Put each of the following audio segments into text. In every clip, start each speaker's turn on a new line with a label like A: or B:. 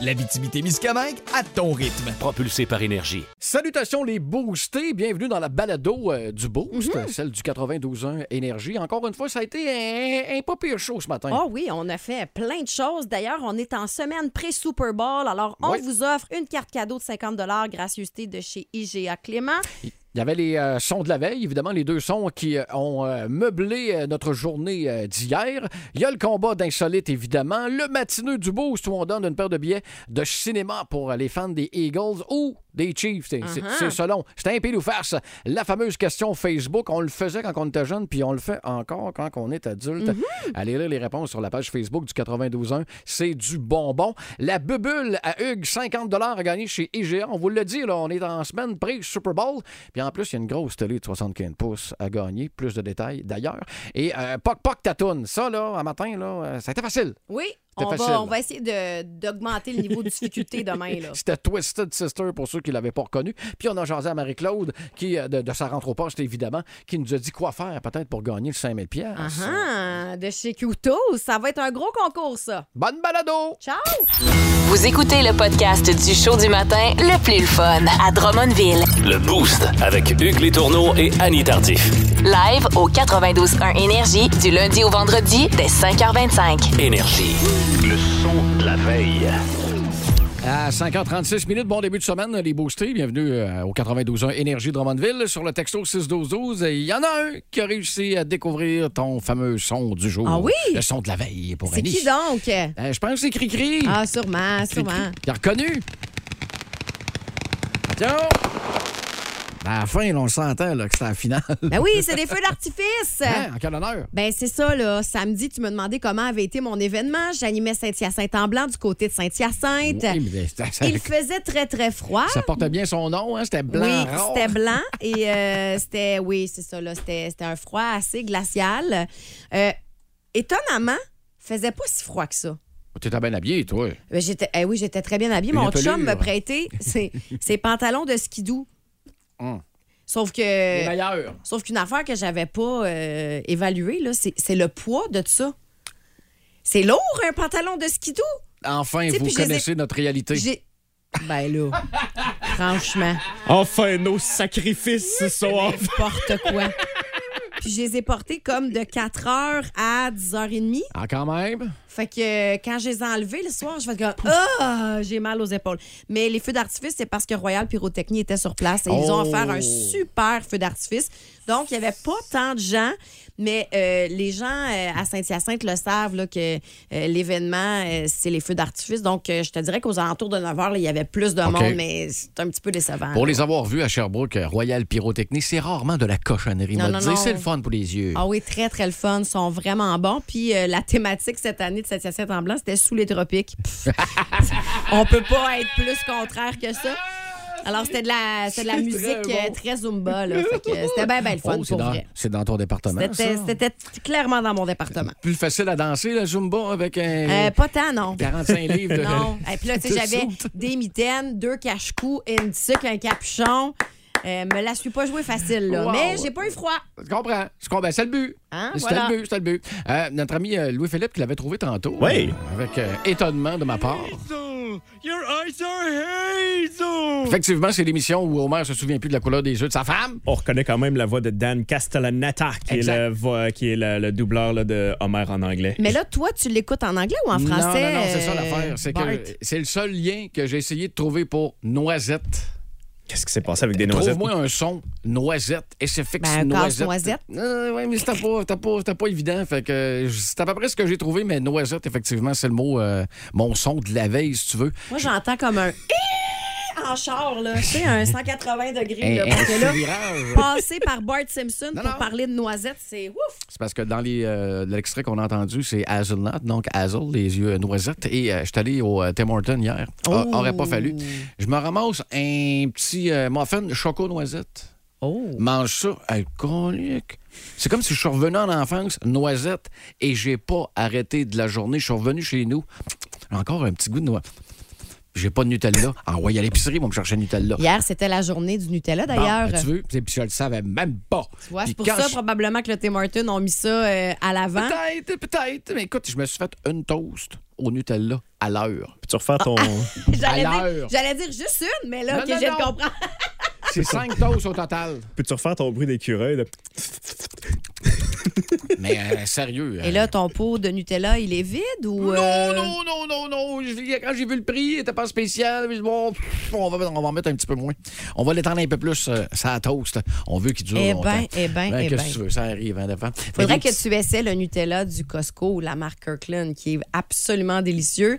A: L'Abitibi-Témiscamingue à ton rythme.
B: propulsé par énergie.
C: Salutations les boostés, bienvenue dans la balado euh, du boost, celle du 92.1 Énergie. Encore une fois, ça a été un, un pas pire show ce matin.
D: Oh oui, on a fait plein de choses. D'ailleurs, on est en semaine pré-Super Bowl. Alors, on
C: Oui.
D: vous offre une carte cadeau de 50 gracieuseté de chez IGA Clément.
C: Il y avait les euh, sons de la veille, évidemment, les deux sons qui euh, ont euh, meublé euh, notre journée euh, d'hier. Il y a le combat d'insolite, évidemment. Le matineux du Boost où on donne une paire de billets de cinéma pour euh, les fans des Eagles ou des Chiefs. C'est c'est- c'est selon. C'est un pile ou face. La fameuse question Facebook, on le faisait quand on était jeune, puis on le fait encore quand on est adulte. Allez lire les réponses sur la page Facebook du 92.1. C'est du bonbon. La bubule à Hugues, 50 à gagner chez IGA. On vous le dit, là, on est en semaine pré-Super Bowl. Puis en plus, il y a une grosse télé de 75 pouces à gagner. Plus de détails d'ailleurs. Et euh, Poc Poc Tatoune. Ça, là, un matin, là, euh, ça a été facile.
D: Oui,
C: C'était
D: on
C: facile.
D: va, on va essayer de- d'augmenter le niveau de difficulté demain. Là.
C: C'était Twisted Sister pour ceux qui ne l'avaient pas reconnu. Puis on a jasé à Marie-Claude, qui euh, de, de sa rentre au poste, évidemment, qui nous a dit quoi faire peut-être pour gagner le 5000 pièces.
D: Ah ah, de chez Kyoto, ça va être un gros concours, ça.
C: Bonne balado!
D: Ciao!
E: Vous écoutez le podcast du show du matin le plus le fun à Drummondville.
B: Le Boost avec Hugues Létourneau et Annie Tardif.
E: Live au 92.1 Énergie du lundi au vendredi dès 5h25.
B: Énergie. Le son de la veille.
C: À 5h36 minutes, bon début de semaine, les boostés. Bienvenue euh, au 92.1 Énergie Drummondville sur le texto 61212. Et il y en a un qui a réussi à découvrir ton fameux son du jour.
D: Ah oui?
C: Le son de la veille pour
D: C'est
C: Annie.
D: qui donc?
C: Euh, je pense que c'est Cricri.
D: Ah, sûrement,
C: Cricri.
D: sûrement.
C: Il a reconnu. Attention! Ben, à la fin, là, on le s'entend là, que c'est la finale.
D: Ben oui, c'est des feux d'artifice!
C: Hein, en quel honneur?
D: Ben c'est ça, là. Samedi, tu me demandais comment avait été mon événement. J'animais Saint-Hyacinthe en blanc du côté de Saint-Hyacinthe.
C: Oui, mais ça, ça-
D: Il faisait très, très froid.
C: ça porte bien son nom, hein? C'était blanc.
D: Oui,
C: rare.
D: c'était blanc et euh, c'était, oui, c'est ça, là, c'était, c'était un froid assez glacial. Euh, étonnamment, faisait pas si froid que ça.
C: Oh, T'étais bien habillé, toi.
D: Euh, J'étais, eh oui, j'étais très bien habillée.
C: Une
D: Mon chum
C: pelure.
D: me prêtait ses, ses pantalons de skidoo.
C: Hum.
D: Sauf que.
C: Les meilleurs.
D: Sauf qu'une affaire que j'avais pas euh, évaluée, là, c'est, c'est le poids de ça. C'est lourd, un pantalon de skidoo.
C: Enfin,
D: Tu sais,
C: vous
D: puis je les ai-
C: connaissez notre réalité.
D: J'ai. Ben là, franchement,
F: Enfin, nos sacrifices se sont en
D: n'importe quoi. Puis je les ai portés comme de 4h à 10h30.
C: Ah, quand même.
D: Fait que euh, quand je les ai enlevés le soir, je fais comme Ah, j'ai mal aux épaules. Mais les feux d'artifice, c'est parce que Royal Pyrotechnie était sur place et ils ont
C: Oh.
D: offert un super feu d'artifice. Donc, il n'y avait pas tant de gens, mais euh, les gens euh, à Saint-Hyacinthe le savent là, que euh, l'événement, euh, c'est les feux d'artifice. Donc, euh, je te dirais qu'aux alentours de 9 h, là, il y avait plus de
C: OK.
D: monde, mais c'est un petit peu décevant.
C: Pour
D: là.
C: les avoir vus à Sherbrooke, euh, Royal Pyrotechnie, c'est rarement de la cochonnerie.
D: Non,
C: moi,
D: non,
C: dire.
D: non.
C: C'est le fun pour les yeux.
D: Ah oui, très, très le fun. Ils sont vraiment bons. Puis euh, la thématique cette année de cette assiette en blanc, c'était sous les tropiques. Pff. On peut pas être plus contraire que ça. Alors, c'était de la, c'était de la musique euh, très zumba. Là. Fait que, euh, c'était bien, bien le fun
C: Oh, c'est
D: pour
C: dans,
D: vrai.
C: c'est dans ton département.
D: C'était,
C: ça?
D: c'était clairement dans mon département.
C: Plus facile à danser, la Zumba, avec un
D: Euh, pas tant, non.
C: 45 livres de.
D: Non. Et puis là, tu sais,
C: de
D: j'avais
C: saute.
D: des mitaines, deux cache-cou, une tuque, un capuchon. Euh, me la suis pas jouée facile, là.
C: Wow.
D: Mais j'ai pas eu froid.
C: Je comprends. Je comprends. C'est le but.
D: Hein,
C: C'était
D: voilà.
C: le but. C'était le but. Euh, notre ami euh, Louis-Philippe qui l'avait trouvé tantôt.
F: Oui.
C: euh, Avec euh, étonnement de ma part.
F: Hazel! Your eyes are hazel!
C: Effectivement, c'est l'émission où Homer se souvient plus de la couleur des yeux de sa femme.
F: On reconnaît quand même la voix de Dan Castellaneta, qui
C: Exact.
F: est, le, voix- qui est le, le doubleur là, de Homer en anglais.
D: Mais là, toi, tu l'écoutes en anglais ou en
C: Non,
D: français?
C: Non, non, c'est ça
D: euh,
C: l'affaire. C'est
D: Bart?
C: que c'est le seul lien que j'ai essayé de trouver pour noisette.
F: Qu'est-ce qui s'est passé avec des noisettes?
C: Trouve-moi un son noisette. SFX
D: Ben, un
C: noisette.
D: casse-noisette.
C: Euh, ouais, mais c'était pas, c'était pas, c'était pas évident. Fait que je- c'est à peu près ce que j'ai trouvé, mais noisette, effectivement, c'est le mot, euh, mon son de la veille, si tu veux.
D: Moi, j'entends comme un en en char, là. Tu sais, un 180 degrés,
C: Un-
D: là.
C: un
D: Parce que là,
C: virage.
D: passer par Bart Simpson
C: Non,
D: pour
C: non.
D: parler de noisettes, c'est ouf!
C: C'est parce que dans les, euh, l'extrait qu'on a entendu, c'est Hazelnut, donc Hazel, les yeux noisettes. Et euh, je suis allé au euh, Tim Hortons hier. A-
D: Oh.
C: Aurait pas fallu. Je me ramasse un petit euh, muffin choco-noisette.
D: Oh!
C: Mange ça. Hey, colique. C'est comme si je suis revenu en enfance, noisette, et j'ai pas arrêté de la journée. Je suis revenu chez nous. Encore un petit goût de noix. J'ai pas de Nutella. Ah Envoyez à l'épicerie, ils vont me chercher un Nutella.
D: Hier, c'était la journée du Nutella,
C: Bon,
D: d'ailleurs.
C: ben, tu veux? Et puis je le savais même pas.
D: Tu vois, c'est
C: Puis
D: pour
C: quand
D: ça,
C: je-
D: probablement, que le Tim Hortons ont mis ça euh, à l'avant.
C: Peut-être, peut-être. Mais écoute, je me suis fait une toast au Nutella à l'heure.
G: Puis tu refais ton.
D: J'allais
C: à
D: dire,
C: l'heure.
D: j'allais dire juste une, mais là,
C: Non,
D: OK,
C: non,
D: j'ai de
C: non.
D: comprendre.
C: C'est cinq toasts au total.
G: Puis tu refais ton bruit d'écureuil. là.
C: Mais euh, sérieux. euh,
D: Et là, ton pot de Nutella, il est vide ou.
C: Non,
D: euh,
C: non, non, non, non. Je- Quand j'ai vu le prix, il était pas spécial. Je dis, Bon, pff, on va, on va en mettre un petit peu moins. On va l'étendre un peu plus, euh, ça toast. On veut qu'il dure
D: Eh
C: longtemps.
D: ben, eh ben, eh
C: Qu'est-ce
D: ben.
C: que tu veux? Ça arrive, hein, d'avant.
D: Faudrait que tu essaies le Nutella du Costco ou la marque Kirkland, qui est absolument délicieux.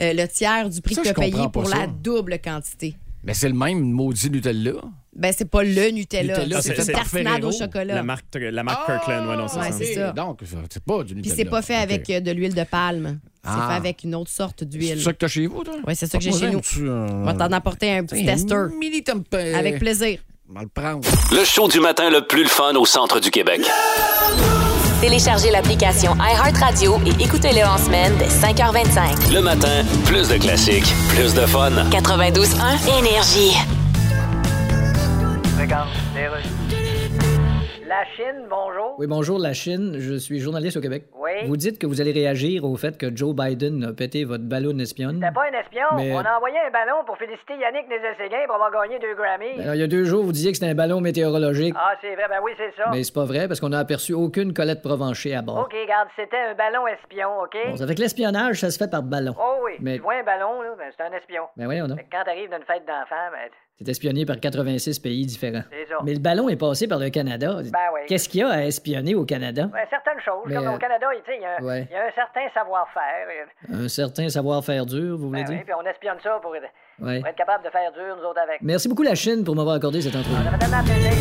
D: Euh, le tiers du prix
C: Ça,
D: que tu
C: je
D: as payé
C: comprends pas
D: pour
C: ça.
D: la double quantité.
C: Mais c'est le même maudit Nutella.
D: Ben, c'est pas le Nutella,
C: Nutella,
D: c'est
G: c'est-
D: une
G: c'est
D: tartinade
C: Ferrero,
D: au chocolat.
G: oh, La marque, la marque Kirkland, ouais, non, c'est
D: ouais,
G: ça.
D: c'est ça.
C: Donc, ça, c'est pas du
D: Puis
C: Nutella.
D: c'est pas fait
C: OK.
D: avec euh, de l'huile de palme. C'est
C: Ah.
D: fait avec une autre sorte
C: C'est
D: d'huile.
C: ça que t'as chez vous, toi?
D: Oui, c'est ça que j'ai
C: Moi,
D: chez nous.
C: j'aime-tu,
D: On
C: euh,
D: va t'en apporter un petit tester.
C: Mini tempeh.
D: Avec plaisir.
C: On va le prendre.
B: Le show du matin le plus le fun au centre du Québec.
E: Téléchargez l'application iHeartRadio et écoutez-le en semaine dès 5h25.
B: Le matin, plus de classiques, plus de fun.
E: 92.1 Énergie.
H: La Chine, bonjour.
I: Oui, bonjour la Chine, je suis journaliste au Québec.
H: Oui.
I: Vous dites que vous allez réagir au fait que Joe Biden a pété votre ballon espionne.
H: T'es pas un espion.
I: Mais-
H: On a envoyé un ballon pour féliciter Yannick Nézet-Séguin pour avoir gagné deux Grammys.
I: Alors, Ben, il y a deux jours, vous disiez que c'était un ballon météorologique,
H: Ah, c'est vrai, ben oui, c'est ça.
I: mais c'est pas vrai parce qu'on n'a aperçu aucune Colette Provencher à bord.
H: OK, garde, c'était un ballon espion, OK?
I: Bon, avec l'espionnage, ça se fait par ballon.
H: Oh oui,
I: Mais-
H: tu vois un ballon, là, ben c'est un espion.
I: Ben voyons donc.
H: Fait que Quand t'arrives d'une fête d'enfants, ben,
I: C'est espionné par 86 pays différents.
H: c'est ça.
I: Mais le ballon est passé par le Canada.
H: Ben oui.
I: Qu'est-ce qu'il y a à espionner au Canada?
H: Ben, certaines choses,
I: Mais,
H: comme
I: euh,
H: au Canada, il tu sais, il y, a un-
I: ouais.
H: il y a un certain savoir-faire.
I: Un certain savoir-faire dur, vous voulez
H: Ben oui,
I: dire?
H: puis on espionne ça pour,
I: Ouais.
H: pour être capable de faire dur, nous autres, avec.
I: Merci beaucoup la Chine pour m'avoir accordé cette entrevue.
H: Ça fait tellement plaisir.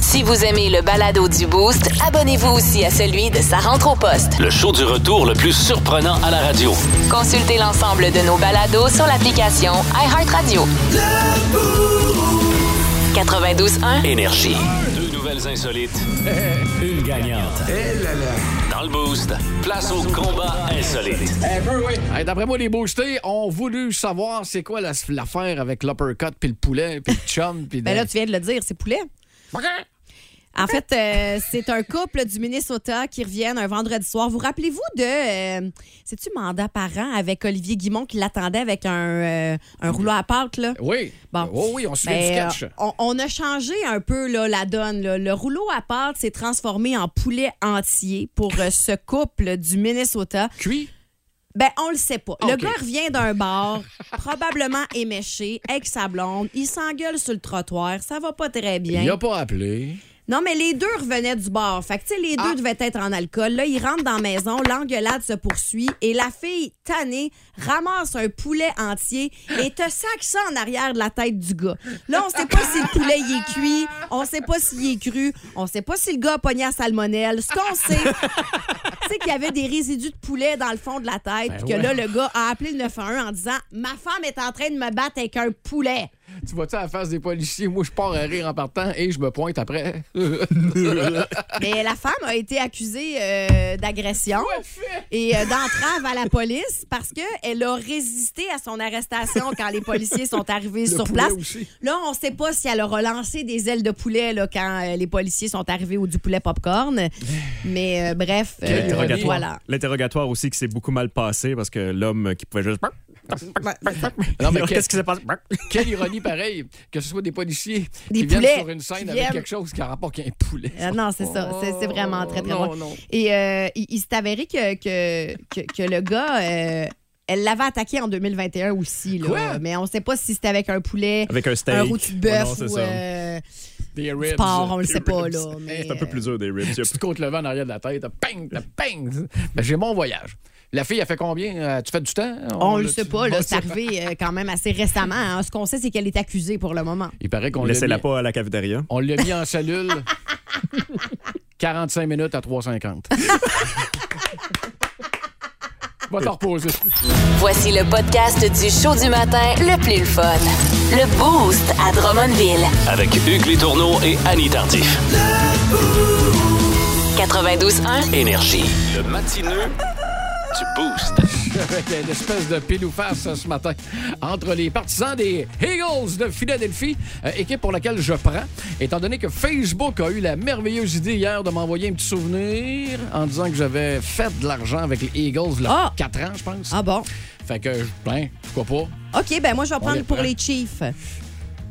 E: Si vous aimez le balado du Boost, abonnez-vous aussi à celui de Sa rentre au poste.
B: Le show du retour le plus surprenant à la radio.
E: Consultez l'ensemble de nos balados sur l'application iHeartRadio. 92.1
B: Énergie. Deux nouvelles insolites. Une gagnante. Dans le boost, place au combat insolite.
C: Hey, D'après moi, les boostés ont voulu savoir c'est quoi la- l'affaire avec l'uppercut, puis le poulet, puis le chum, puis...
D: Ben là, tu viens de le dire, c'est poulet. En fait, euh, c'est un couple du Minnesota qui reviennent un vendredi soir. Vous rappelez-vous de, euh, c'est-tu mandat parent avec Olivier Guimont qui l'attendait avec un, euh, un rouleau à pâte, là?
C: Oui.
D: Bon.
C: Oh oui, on se fait
D: Ben,
C: du sketch.
D: euh, on, on a changé un peu là, la donne. là. Le rouleau à pâte s'est transformé en poulet entier pour euh, ce couple du Minnesota.
C: Cuit?
D: Ben, on le sait pas. Le
C: Ok.
D: gars revient d'un bar, probablement éméché, avec sa blonde. Il s'engueule sur le trottoir. Ça va pas très bien.
C: Il a pas appelé.
D: Non, mais les deux revenaient du bar. Fait que, tu sais, les deux devaient être en alcool. Là, ils rentrent dans la maison, l'engueulade se poursuit et la fille, tannée, ramasse un poulet entier et te sac ça en arrière de la tête du gars. Là, on sait pas si le poulet y est cuit, on sait pas s'il est cru, on sait pas si le gars a pogné à salmonelle. Ce qu'on sait, c'est qu'il y avait des résidus de poulet dans le fond de la tête puis que là, le gars a appelé le 911 en disant « Ma femme est en train de me battre avec un poulet ».
C: Tu vois-tu à la face des policiers? Moi, je pars à rire en partant et je me pointe après.
D: Mais la femme a été accusée euh, d'agression et euh, d'entrave à la police parce qu'elle a résisté à son arrestation quand les policiers sont arrivés
C: Le
D: sur
C: poulet
D: place.
C: aussi.
D: Là, on ne sait pas si elle a relancé des ailes de poulet là, quand euh, les policiers sont arrivés au du poulet popcorn. Mais euh, bref, euh,
G: L'interrogatoire.
D: voilà.
G: L'interrogatoire aussi qui s'est beaucoup mal passé parce que l'homme qui pouvait juste.
C: Non, mais
G: Alors,
C: qu'est-ce
G: qu'est-ce qui s'est passé?
C: Quelle ironie pareille que ce soit des policiers
D: Des
C: qui viennent
D: poulets
C: sur une scène
D: qui
C: avec
D: viennent.
C: quelque chose qui a rapport qu'un poulet.
D: Ah non, c'est ça. C'est c'est vraiment très, très
C: Oh, Non,
D: drôle.
C: non.
D: Et euh, il, il s'est avéré que, que, que, que le gars, euh, elle l'avait attaqué en 2021 aussi. là.
C: Quoi?
D: Mais on ne sait pas si c'était avec un poulet,
G: Avec un steak.
D: un rôti de
G: Ouais, non,
D: bœuf
G: c'est
D: ou
G: ça.
D: euh,
C: Des
D: du
C: ribs.
D: porc, on le
G: des
D: sait pas.
G: ribs.
D: là, mais,
G: C'est un peu plus dur des ribs. Il y a
C: Petite côte levée en arrière de la tête. Ping! Ping! Ben, J'ai mon voyage. La fille a fait combien? Euh, Tu fais du temps?
D: On le
C: l'a-tu-
D: sait pas, là,
C: Bon,
D: c'est arrivé euh, quand même assez récemment. hein. Ce qu'on sait, c'est qu'elle est accusée pour le moment.
C: Il paraît qu'on l'a mis,
G: Laissez-la pas à la cafétéria.
C: on l'a mis en cellule 45 minutes à 3,50. Va te reposer.
E: Voici le podcast du show du matin le plus fun. Le Boost à Drummondville.
B: Avec Hugues Létourneau et Annie Tardif.
E: 92.1.
B: Énergie. Le matineux du Boost.
C: avec une espèce de pile ou face euh, ce matin entre les partisans des Eagles de Philadelphie, euh, équipe pour laquelle je prends, étant donné que Facebook a eu la merveilleuse idée hier de m'envoyer un petit souvenir en disant que j'avais fait de l'argent avec les Eagles là,
D: Ah!
C: 4 ans, je pense.
D: Ah bon?
C: Fait que, ben, pourquoi pas?
D: OK, ben moi, je vais
C: les
D: prendre pour
C: prend.
D: les Chiefs.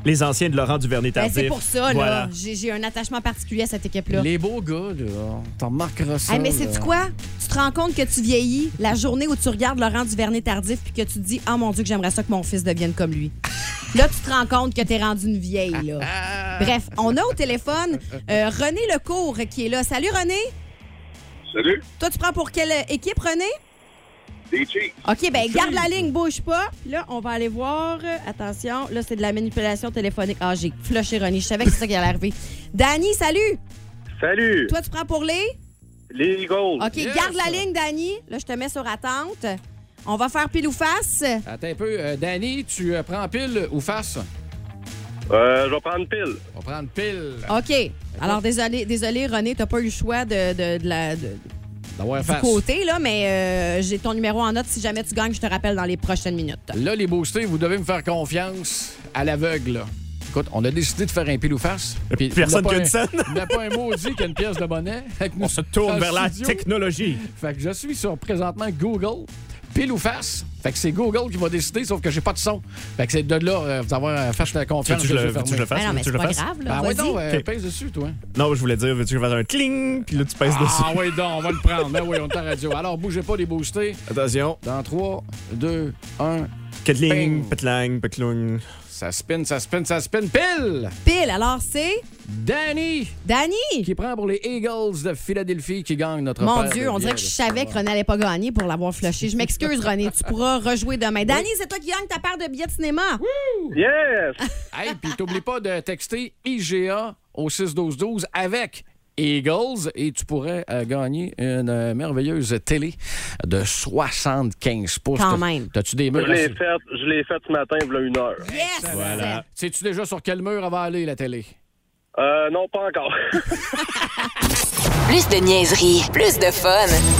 G: Les anciens de Laurent duvernay
D: Ben,
G: tardif
D: c'est pour ça, là.
G: Voilà.
D: J'ai j'ai un attachement particulier à cette équipe-là.
C: Les beaux gars, là, t'en remarqueras ça.
D: Hey, mais
C: là.
D: c'est quoi? Tu te rends compte que tu vieillis la journée où tu regardes Laurent Duvernay tardif puis que tu te dis Oh mon Dieu, que j'aimerais ça que mon fils devienne comme lui. Là, tu te rends compte que t'es rendu une vieille, là. Bref, on a au téléphone euh, René Lecourt qui est là. Salut, René.
J: Salut,
D: Toi, tu prends pour quelle équipe, René?
J: des Chiefs.
D: OK, ben garde la ligne, bouge pas. Puis là, on va aller voir. Euh, Attention, là, c'est de la manipulation téléphonique. Ah, j'ai flushé René. Je savais que c'est ça qui allait arriver. Danny, salut.
J: Salut,
D: Toi, tu prends pour les?
J: les Eagles.
D: OK,
C: Yes.
D: garde la ligne, Danny. Là, je te mets sur attente. On va faire pile ou face.
C: Attends un peu. euh, Danny, tu euh, prends pile ou face?
J: Euh, je vais prendre pile.
C: On va prendre pile.
D: OK. Alors, désolé, désolé René, t'as pas eu le choix de, de- de la, de-
C: D'avoir
D: du
C: face.
D: côté, là, mais euh, j'ai ton numéro en note. Si jamais tu gagnes, je te rappelle dans les prochaines minutes.
C: Là, les boostés, vous devez me faire confiance à l'aveugle. là. Écoute, on a décidé de faire un pile ou face. Puis
G: Personne
C: il n'y a pas
G: qui a
C: un-
G: dit ça, non?
C: Il n'y a pas un maudit qui a une pièce de monnaie. Fait que nous,
G: On se tourne
C: dans
G: vers
C: le
G: la
C: studio.
G: technologie.
C: Fait que je suis sur présentement Google. Pile ou face. Fait que c'est Google qui va décider, sauf que j'ai pas de son. Fait que c'est de là, euh, vous avoir euh, fâche la confiance.
G: Veux-tu que je le-
C: vais
G: veux-tu que je le
C: fermer.
G: fasse?
D: Ah non, mais
G: Veux-tu
D: c'est
G: que je
D: pas
G: le fasse?
D: grave,
C: Ben
D: là. Vas-y.
C: ouais, donc, euh,
G: Ok.
C: pèse dessus, toi.
G: Non, je voulais dire, veux-tu que je fasse un cling, puis là, tu pèses dessus.
C: Ah oui, donc, on va le prendre. Ben oui, on est en radio. Alors, bougez pas les boostés.
G: Attention.
C: Dans 3, 2, 1. Bing.
G: Ketling, petlang, petloung.
C: Ça spin, ça spin, ça spin. Pile!
D: Pile, alors c'est
C: Danny!
D: Danny.
C: qui prend pour les Eagles de Philadelphie qui gagne notre
D: Mon
C: paire
D: Dieu,
C: de
D: on dirait que je
C: billets.
D: savais que René n'allait pas gagner pour l'avoir flushé. Je m'excuse, René. Tu pourras rejouer demain. Danny, c'est toi qui gagne ta paire de billets de cinéma.
J: Yes!
C: Hey, puis t'oublies pas de texter IGA au 6-12-12 avec Eagles et tu pourrais euh, gagner une euh, merveilleuse télé de 75 pouces.
D: Quand
C: T'as-
D: même.
C: T'as-tu des
J: Je
C: murs?
J: l'ai faite, je l'ai faite ce matin, il y a une heure.
D: Yes!
C: Sais-tu déjà sur quel mur elle va aller, la télé?
J: Euh, non, pas encore.
E: Plus de niaiserie, plus de fun.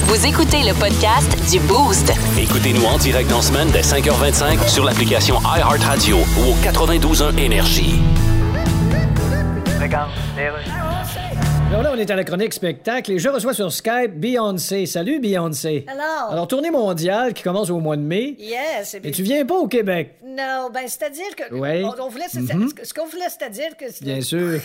E: Vous écoutez le podcast du Boost.
B: Écoutez-nous en direct en semaine dès 5h25 sur l'application iHeartRadio ou au 92.1 Énergie.
I: Alors là, on est à la chronique spectacle et je reçois sur Skype Beyoncé. Salut Beyoncé.
K: Hello.
I: Alors, tournée mondiale qui commence au mois de mai.
K: Yes. Et
I: Et
K: puis,
I: tu viens pas au Québec,
K: Non, ben, c'est-à-dire que.
I: Ouais. Mm-hmm.
K: On, on voulait, c'est- Ce qu'on voulait, c'est-à-dire que.
I: bien sûr.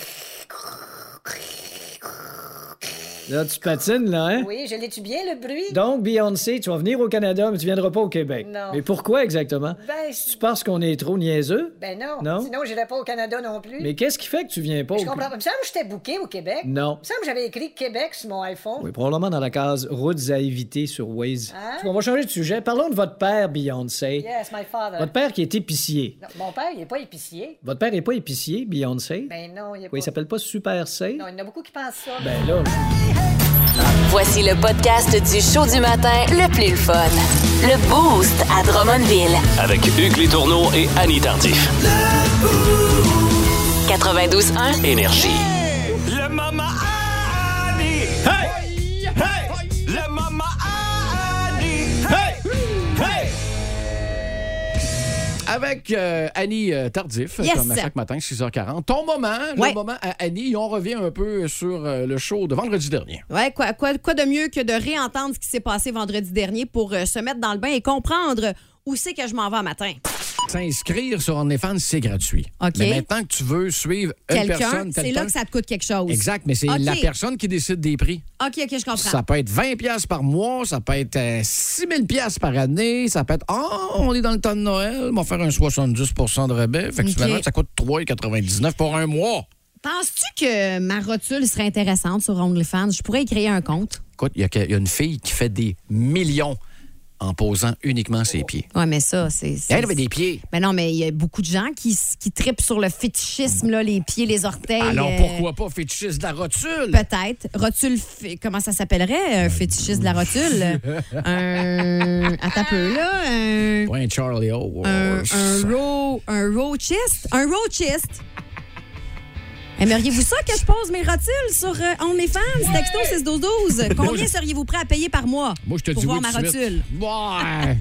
I: Là, tu patines, là, hein?
K: Oui, je l'ai-tu bien, le bruit?
I: Donc, Beyoncé, tu vas venir au Canada, mais tu viendras pas au Québec.
K: Non.
I: Mais pourquoi exactement?
K: Ben,
I: Tu
K: c'est-
I: penses qu'on est trop niaiseux?
K: ben non.
I: Non?
K: Sinon, j'irais pas au Canada non plus.
I: Mais qu'est-ce qui fait que tu viens pas
K: Ben, je
I: au
K: comprends pas. Il me semble que j'étais booké au Québec.
I: Non.
K: Il me semble que j'avais écrit Québec sur mon iPhone.
I: Oui, probablement dans la case routes à éviter sur Waze.
K: Hein?
I: On va changer de sujet. Parlons de votre père, Beyoncé.
K: Yes, my father.
I: Votre père qui est épicier.
K: Non, mon père, il est pas épicier.
I: Votre père n'est pas épicier, Beyoncé.
K: Ben non, il est
I: Quoi, il
K: pas.
I: s'appelle pas Super C.
K: Non, il y en a beaucoup qui pensent ça.
I: Ben là,
E: Voici le podcast du show du matin le plus fun. Le Boost à Drummondville.
B: Avec Hugues Létourneau et Annie Tardif.
E: 92.1.
B: Énergie. Le Mama Annie. Hey! Hey! Le Mama Annie. Hey! Hey!
C: Avec euh, Annie euh, Tardif,
D: Yes.
C: comme à chaque matin, 6h40. Ton moment,
D: Ouais.
C: le moment à Annie, on revient un peu sur euh, le show de vendredi dernier.
D: Ouais, quoi, quoi, quoi de mieux que de réentendre ce qui s'est passé vendredi dernier pour euh, se mettre dans le bain et comprendre où c'est que je m'en vais à matin.
C: S'inscrire sur OnlyFans, c'est gratuit.
D: OK.
C: Mais maintenant que tu veux suivre une
D: Quelqu'un,
C: personne,
D: c'est là
C: quelqu'un-
D: que ça te coûte quelque chose.
C: Exact, mais c'est
D: OK.
C: la personne qui décide des prix.
D: OK, OK, je comprends.
C: Ça peut être 20 pièces par mois, ça peut être euh, 6 000 pièces par année, ça peut être oh, on est dans le temps de Noël, on va faire un 70 de rebais, fait que
D: OK.
C: finalement ça coûte 3,99 pour un mois.
D: Penses-tu que ma rotule serait intéressante sur OnlyFans? Je pourrais y créer un compte.
C: Écoute, il y, a que- il y a une fille qui fait des millions en posant uniquement ses pieds.
D: Ouais, mais ça, c'est. c'est-
C: Elle avait des pieds.
D: Mais Ben non, mais il y a beaucoup de gens qui, s- qui tripent sur le fétichisme, là, les pieds, les orteils.
C: Alors
D: euh,
C: pourquoi pas fétichiste de la rotule?
D: Peut-être. Rotule, fé- comment ça s'appellerait,
C: Ben,
D: un fétichiste de la rotule? un. Attends un peu, là. Un.
C: Point Charlie oh, Horse.
D: Un, un row. Un row chest? Un row chest! Aimeriez-vous ça que je pose mes rotules sur euh, OnlyFans? Texto 61212. Combien seriez-vous prêt à payer par mois
C: Moi, je te
D: pour
C: dis
D: voir
C: oui
D: ma
C: tout de suite.
D: rotule?
C: Ouais.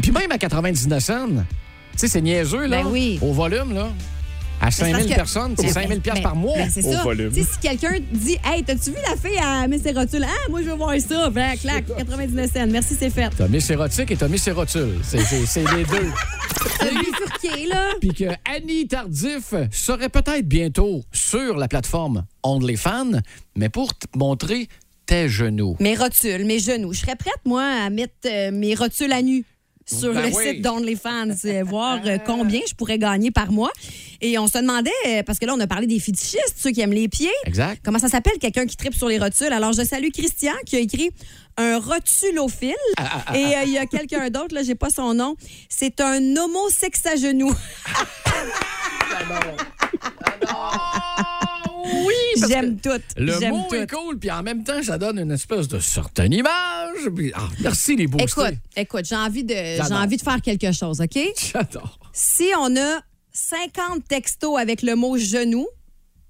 C: Puis même à 99 cents, tu sais, c'est niaiseux, là.
D: Ben oui.
C: Au volume, là. À 5 000 personnes, c'est 5 000 piastres par mois
D: Eh Ben, c'est
C: au
D: ça.
C: volume.
D: Tu sais, si quelqu'un dit Hey, t'as-tu vu la fille à Miss Rotules? Ah, moi, je veux voir ça. Ben, clac, 99 cents. Merci, c'est fait.
C: T'as mis ses rotiques et t'as mis ses rotules. C'est- C'est c'est les deux.
D: T'as bifurqué, là.
C: Puis que Annie Tardif serait peut-être bientôt sur la plateforme OnlyFans, mais pour te montrer tes genoux.
D: Mes rotules, mes genoux. Je serais prête, moi, à mettre euh, mes rotules à nu sur
C: Ben
D: le
C: oui.
D: site d'OnlyFans, euh, voir euh, combien je pourrais gagner par mois. Et on se demandait, euh, parce que là, on a parlé des fétichistes, ceux qui aiment les pieds.
C: Exact.
D: Comment ça s'appelle, quelqu'un qui tripe sur les rotules? Alors, je salue Christian qui a écrit un rotulophile.
C: Ah, ah,
D: Et euh, il y a quelqu'un d'autre, là, j'ai pas son nom. C'est un homosex à genoux.
C: Ah Oui, parce
D: J'aime
C: que
D: tout.
C: Le
D: J'aime
C: mot
D: tout.
C: est cool, puis en même temps, ça donne une espèce de certaine image. Puis- ah, merci les boostés.
D: Écoute, écoute, j'ai envie de, j'ai
C: J'adore.
D: envie de faire quelque chose, OK?
C: J'adore.
D: Si on a 50 textos avec le mot genou,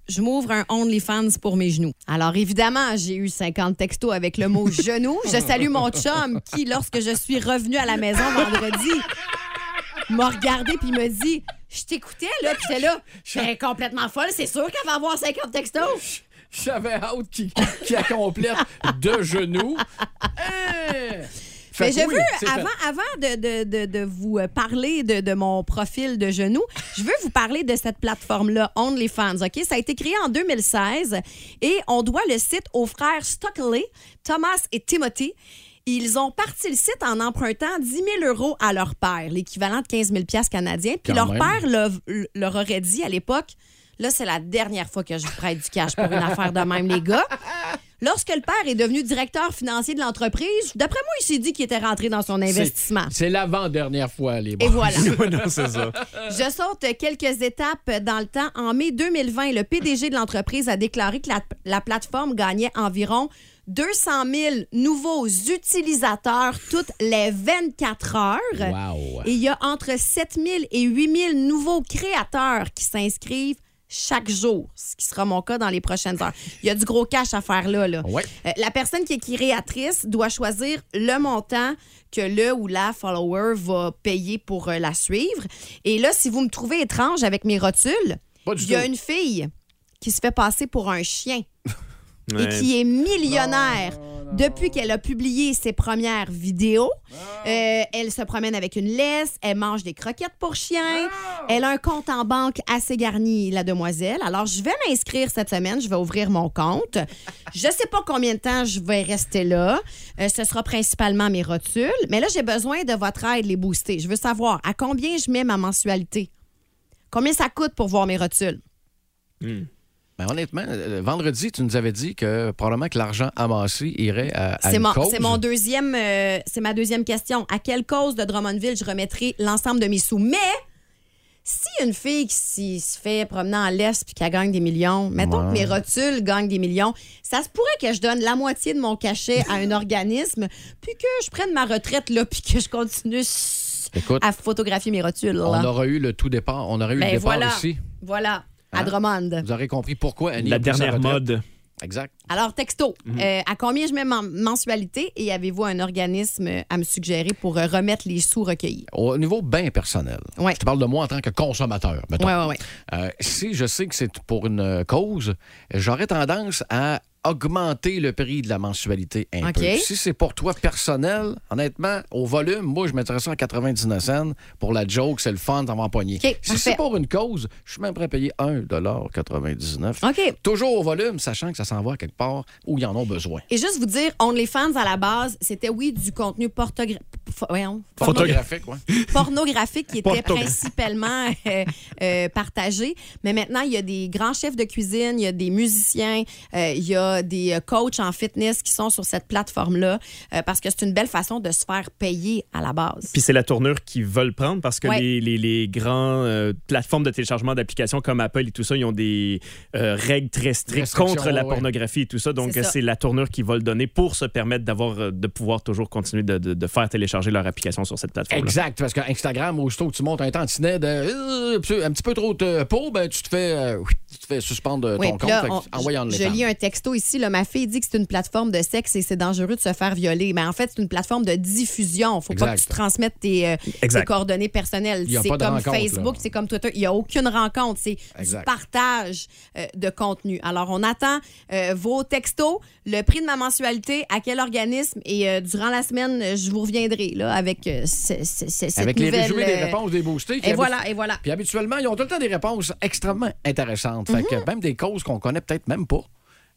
D: je m'ouvre un OnlyFans pour mes genoux. Alors évidemment, j'ai eu 50 textos avec le mot genou. Je salue mon chum qui, lorsque je suis revenue à la maison vendredi, m'a regardé puis me dit Je t'écoutais là, puis j'étais là. T'es complètement folle, c'est sûr qu'elle va avoir 50 textos.
C: J'avais hâte qui, qui la complète de genoux. Hein? Fait
D: Mais
C: que
D: je
C: oui, c'est
D: veux,
C: fait.
D: avant, avant de, de- de- de vous euh, parler de, de mon profil de genoux, je veux vous parler de cette plateforme-là, OnlyFans. OK? Ça a été créé en 2016 et on doit le site aux frères Stockley, Thomas et Timothy. Ils ont parti le site en empruntant 10 000 euros à leur père, l'équivalent de 15 000 canadiens. Puis
C: Quand
D: leur
C: même.
D: père leur- leur aurait dit à l'époque, là, c'est la dernière fois que je vous prête du cash pour une affaire de même, les gars. Lorsque le père est devenu directeur financier de l'entreprise, d'après moi, il s'est dit qu'il était rentré dans son
C: C'est- Euh.
D: investissement.
C: C'est l'avant-dernière fois, les
D: Et
C: boys.
D: voilà.
G: non, c'est ça.
D: Je saute quelques étapes dans le temps. En mai 2020, le PDG de l'entreprise a déclaré que la, la plateforme gagnait environ 200 000 nouveaux utilisateurs toutes les 24 heures.
C: Wow.
D: Et il y a entre 7 000 et 8 000 nouveaux créateurs qui s'inscrivent chaque jour, ce qui sera mon cas dans les prochaines heures. Il y a du gros cash à faire là. là.
C: Ouais.
D: Euh, la personne qui est créatrice doit choisir le montant que le ou la follower va payer pour euh, la suivre. Et là, si vous me trouvez étrange avec mes rotules,
C: Pas du
D: il y a
C: tout.
D: une fille qui se fait passer pour un chien et
G: Ouais.
D: qui est millionnaire depuis qu'elle a publié ses premières vidéos. Euh, elle se promène avec une laisse, elle mange des croquettes pour chien, elle a un compte en banque assez garni, la demoiselle. Alors, je vais m'inscrire cette semaine, je vais ouvrir mon compte. Je sais pas combien de temps je vais rester là. Euh, ce sera principalement mes rotules. Mais là, j'ai besoin de votre aide, les booster. Je veux savoir à combien je mets ma mensualité. Combien ça coûte pour voir mes rotules?
C: Ben, honnêtement, euh, vendredi, tu nous avais dit que probablement que l'argent amassé irait à, à
D: C'est
C: une
D: mon,
C: cause.
D: c'est mon deuxième, euh, c'est ma deuxième question. À quelle cause de Drummondville je remettrai l'ensemble de mes sous? Mais si une fille qui s'y- se fait promener en l'Est puis qu'elle gagne des millions, mettons que mes rotules gagnent des millions, ça se pourrait que je donne la moitié de mon cachet à un organisme puis que je prenne ma retraite là puis que je continue s-
C: Écoute,
D: à photographier mes rotules.
C: on
D: là.
C: aurait eu le tout départ. On aurait eu
D: Ben
C: le départ
D: voilà.
C: ici.
D: Voilà.
C: Hein?
D: À Drummond.
C: Vous aurez compris pourquoi Annie
G: La
C: a pris sa
G: dernière
C: retraite.
G: mode.
C: Exact.
D: Alors, texto, euh, à combien je mets ma mensualité et avez-vous un organisme euh, à me suggérer pour euh, remettre les sous recueillis?
C: Au niveau bien personnel,
D: Ouais.
C: je te parle de moi en tant que consommateur. mettons.
D: Ouais, ouais, ouais.
C: Euh, si je sais que c'est pour une euh, cause, j'aurais tendance à augmenter le prix de la mensualité un
D: OK.
C: peu. Si c'est pour toi personnel, honnêtement, au volume, moi, je mettrais ça à 99 cents. Pour la joke, c'est le fun d'en empoigner.
D: OK,
C: si
D: parfait.
C: c'est pour une cause, je suis même prêt à payer 1,99
D: OK.
C: Toujours au volume, sachant que ça s'en va quelque part où ils en ont besoin.
D: Et juste vous dire, OnlyFans à la base, c'était oui du contenu portogra- pho- voyons,
L: Photographique, ouais.
D: pornographique qui était
L: Portogra-
D: principalement euh, euh, partagé. Mais maintenant, il y a des grands chefs de cuisine, il y a des musiciens, euh, il y a des euh, coachs en fitness qui sont sur cette plateforme-là euh, parce que c'est une belle façon de se faire payer à la base.
G: Puis c'est la tournure qu'ils veulent prendre parce que
D: Ouais.
G: les, les, les grandes euh, plateformes de téléchargement d'applications comme Apple et tout ça, ils ont des euh, règles très strictes
C: Restrictions,
G: contre la
C: ouais.
G: pornographie et tout ça. Donc
D: C'est ça.
G: c'est la tournure qu'ils veulent donner pour se permettre d'avoir, euh, de pouvoir toujours continuer de, de- de faire télécharger leur application sur cette plateforme.
C: Exact, parce que Instagram, aussitôt que tu montes un tantinet de euh, psu- un petit peu trop de peau, ben, tu te fais, euh, oui, tu te fais suspendre
D: Oui,
C: Euh, ton compte.
D: puis là,
C: Fait que
D: on-
C: envoyez en
D: je,
C: les
D: je lis un texto ici. là, ma fille dit que c'est une plateforme de sexe et c'est dangereux de se faire violer. Mais en fait, c'est une plateforme de diffusion. faut pas
C: Exact.
D: que tu transmettes tes, euh,
C: Exact.
D: tes coordonnées personnelles.
C: Il y a
D: C'est
C: pas
D: comme
C: de rencontre,
D: Facebook,
C: là.
D: c'est comme Twitter. Il n'y a aucune rencontre. C'est du
C: Exact.
D: partage euh, de contenu. Alors, on attend euh, vos textos, le prix de ma mensualité, à quel organisme. Et euh, durant la semaine, euh, je vous reviendrai là, avec euh, ce- ce- ce- cette
C: Avec les
D: nouvelle...
C: résumés des
D: euh,
C: réponses des boostés. qui
D: et
C: habitu-
D: voilà, et voilà.
C: Puis habituellement, ils ont tout le temps des réponses extrêmement intéressantes. Fait
D: Mhm.
C: que même des causes qu'on connaît peut-être même pas,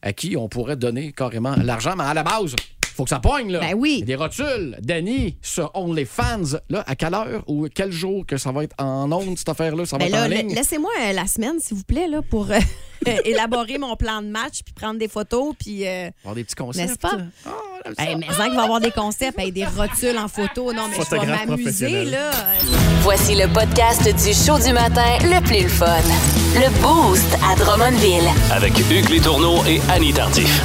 C: à qui on pourrait donner carrément l'argent, mais à la base. Faut que ça poigne, là. Ben oui. Des rotules. Danny, sur OnlyFans, là, à quelle heure ou quel jour que ça va être en ondes, cette affaire-là? Ça va
D: Ben
C: être
D: là,
C: en
D: la-
C: ligne?
D: laissez-moi euh, la semaine, s'il vous plaît, là, pour euh, élaborer mon plan de match, puis prendre des photos, puis... euh,
C: Avoir des petits concepts.
D: N'est-ce pas?
C: Ah,
D: Hey, mais sans qu'il va avoir des concepts, hey, des rotules en photo. Non, mais je vais
E: Photographe
D: m'amuser,
E: professionnel.
D: là.
E: Voici le podcast du show du matin le plus le fun. Le Boost à Drummondville.
B: Avec Hugues Létourneau et Annie Tardif.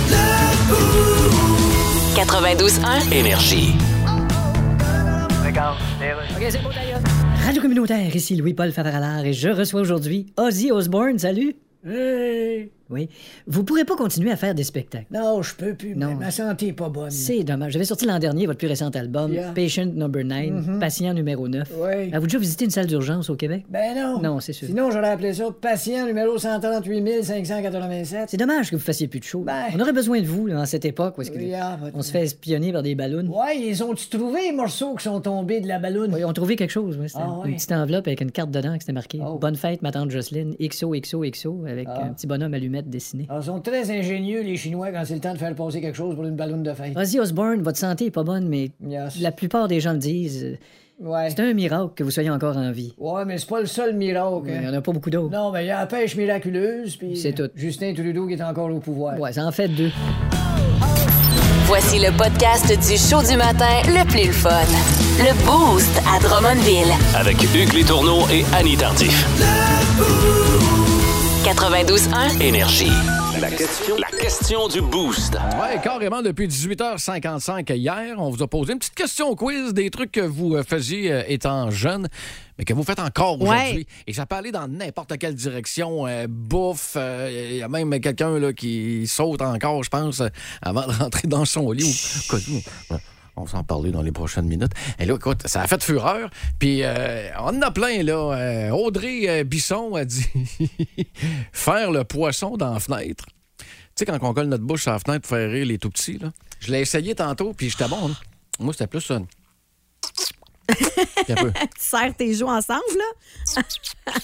E: 92.1.
B: Énergie.
I: Radio communautaire, ici Louis-Paul Favaralard et je reçois aujourd'hui Ozzy Osbourne. Salut! Oui. Vous pourrez pas continuer à faire des spectacles.
K: Non, je peux plus.
I: Non.
K: mais Ma santé est pas bonne.
I: C'est dommage. J'avais sorti l'an dernier votre plus récent album,
K: Yeah.
I: Patient Number 9,
K: Mhm.
I: Patient numéro 9.
K: Oui.
I: Avez-vous déjà visité une salle d'urgence au Québec?
K: Ben non.
I: Non, c'est sûr.
K: Sinon, j'aurais appelé ça patient numéro 138 587.
I: C'est dommage que vous fassiez plus de show. On aurait besoin de vous là, en cette époque où est-ce que-
K: Oui, ah, Ben. votre-
I: on se fait espionner par des ballons.
K: Ouais, ils ont-tu trouvé les morceaux qui sont tombés de la ballonne?
I: Oui, on trouvait quelque chose. oui. C'était
K: Ah,
I: une
K: ouais. Oh.
I: petite enveloppe avec une carte dedans qui était marquée Bonne fête, ma tante Jocelyne, XO, XO, XO, avec
K: Ah.
I: un petit bonhomme allumette dessiné.
K: Alors, ils sont très ingénieux, les Chinois, quand c'est le temps de faire passer quelque chose pour une ballonne de fête.
I: Ozzy Osbourne, votre santé est pas bonne, mais la plupart des gens le disent. euh, C'est un miracle que vous soyez encore en vie.
K: Ouais, mais c'est pas le seul miracle.
I: Il
K: hein.
I: n'y en a pas beaucoup d'autres.
K: Non, mais il y a la pêche miraculeuse, puis
I: C'est tout.
K: Justin Trudeau qui est encore au pouvoir.
I: Ouais, ça en fait deux.
E: Voici le podcast du show du matin le plus le fun. Le Boost à Drummondville.
B: Avec Hugues Létourneau et Annie Tardif.
E: 92.1.
B: Énergie. La question, la question du boost.
C: Ouais, carrément, depuis 18h55 hier, on vous a posé une petite question quiz des trucs que vous euh, faisiez euh, étant jeune, mais que vous faites encore aujourd'hui.
D: Ouais.
C: Et ça peut aller dans n'importe quelle direction. euh, bouffe, euh, il y a même quelqu'un là, qui saute encore, je pense, euh, avant de rentrer dans son lit. ou- Quoi- on va s'en parler dans les prochaines minutes. Et là, écoute, ça a fait fureur. Puis, euh, on en a plein, là. Euh, Audrey euh, Bisson a dit faire le poisson dans la fenêtre. Tu sais, quand on colle notre bouche à la fenêtre pour faire rire les tout petits, là. Je l'ai essayé tantôt, puis j'étais bon. hein. Moi, c'était plus ça. peu.
D: tu serres tes joues ensemble, là.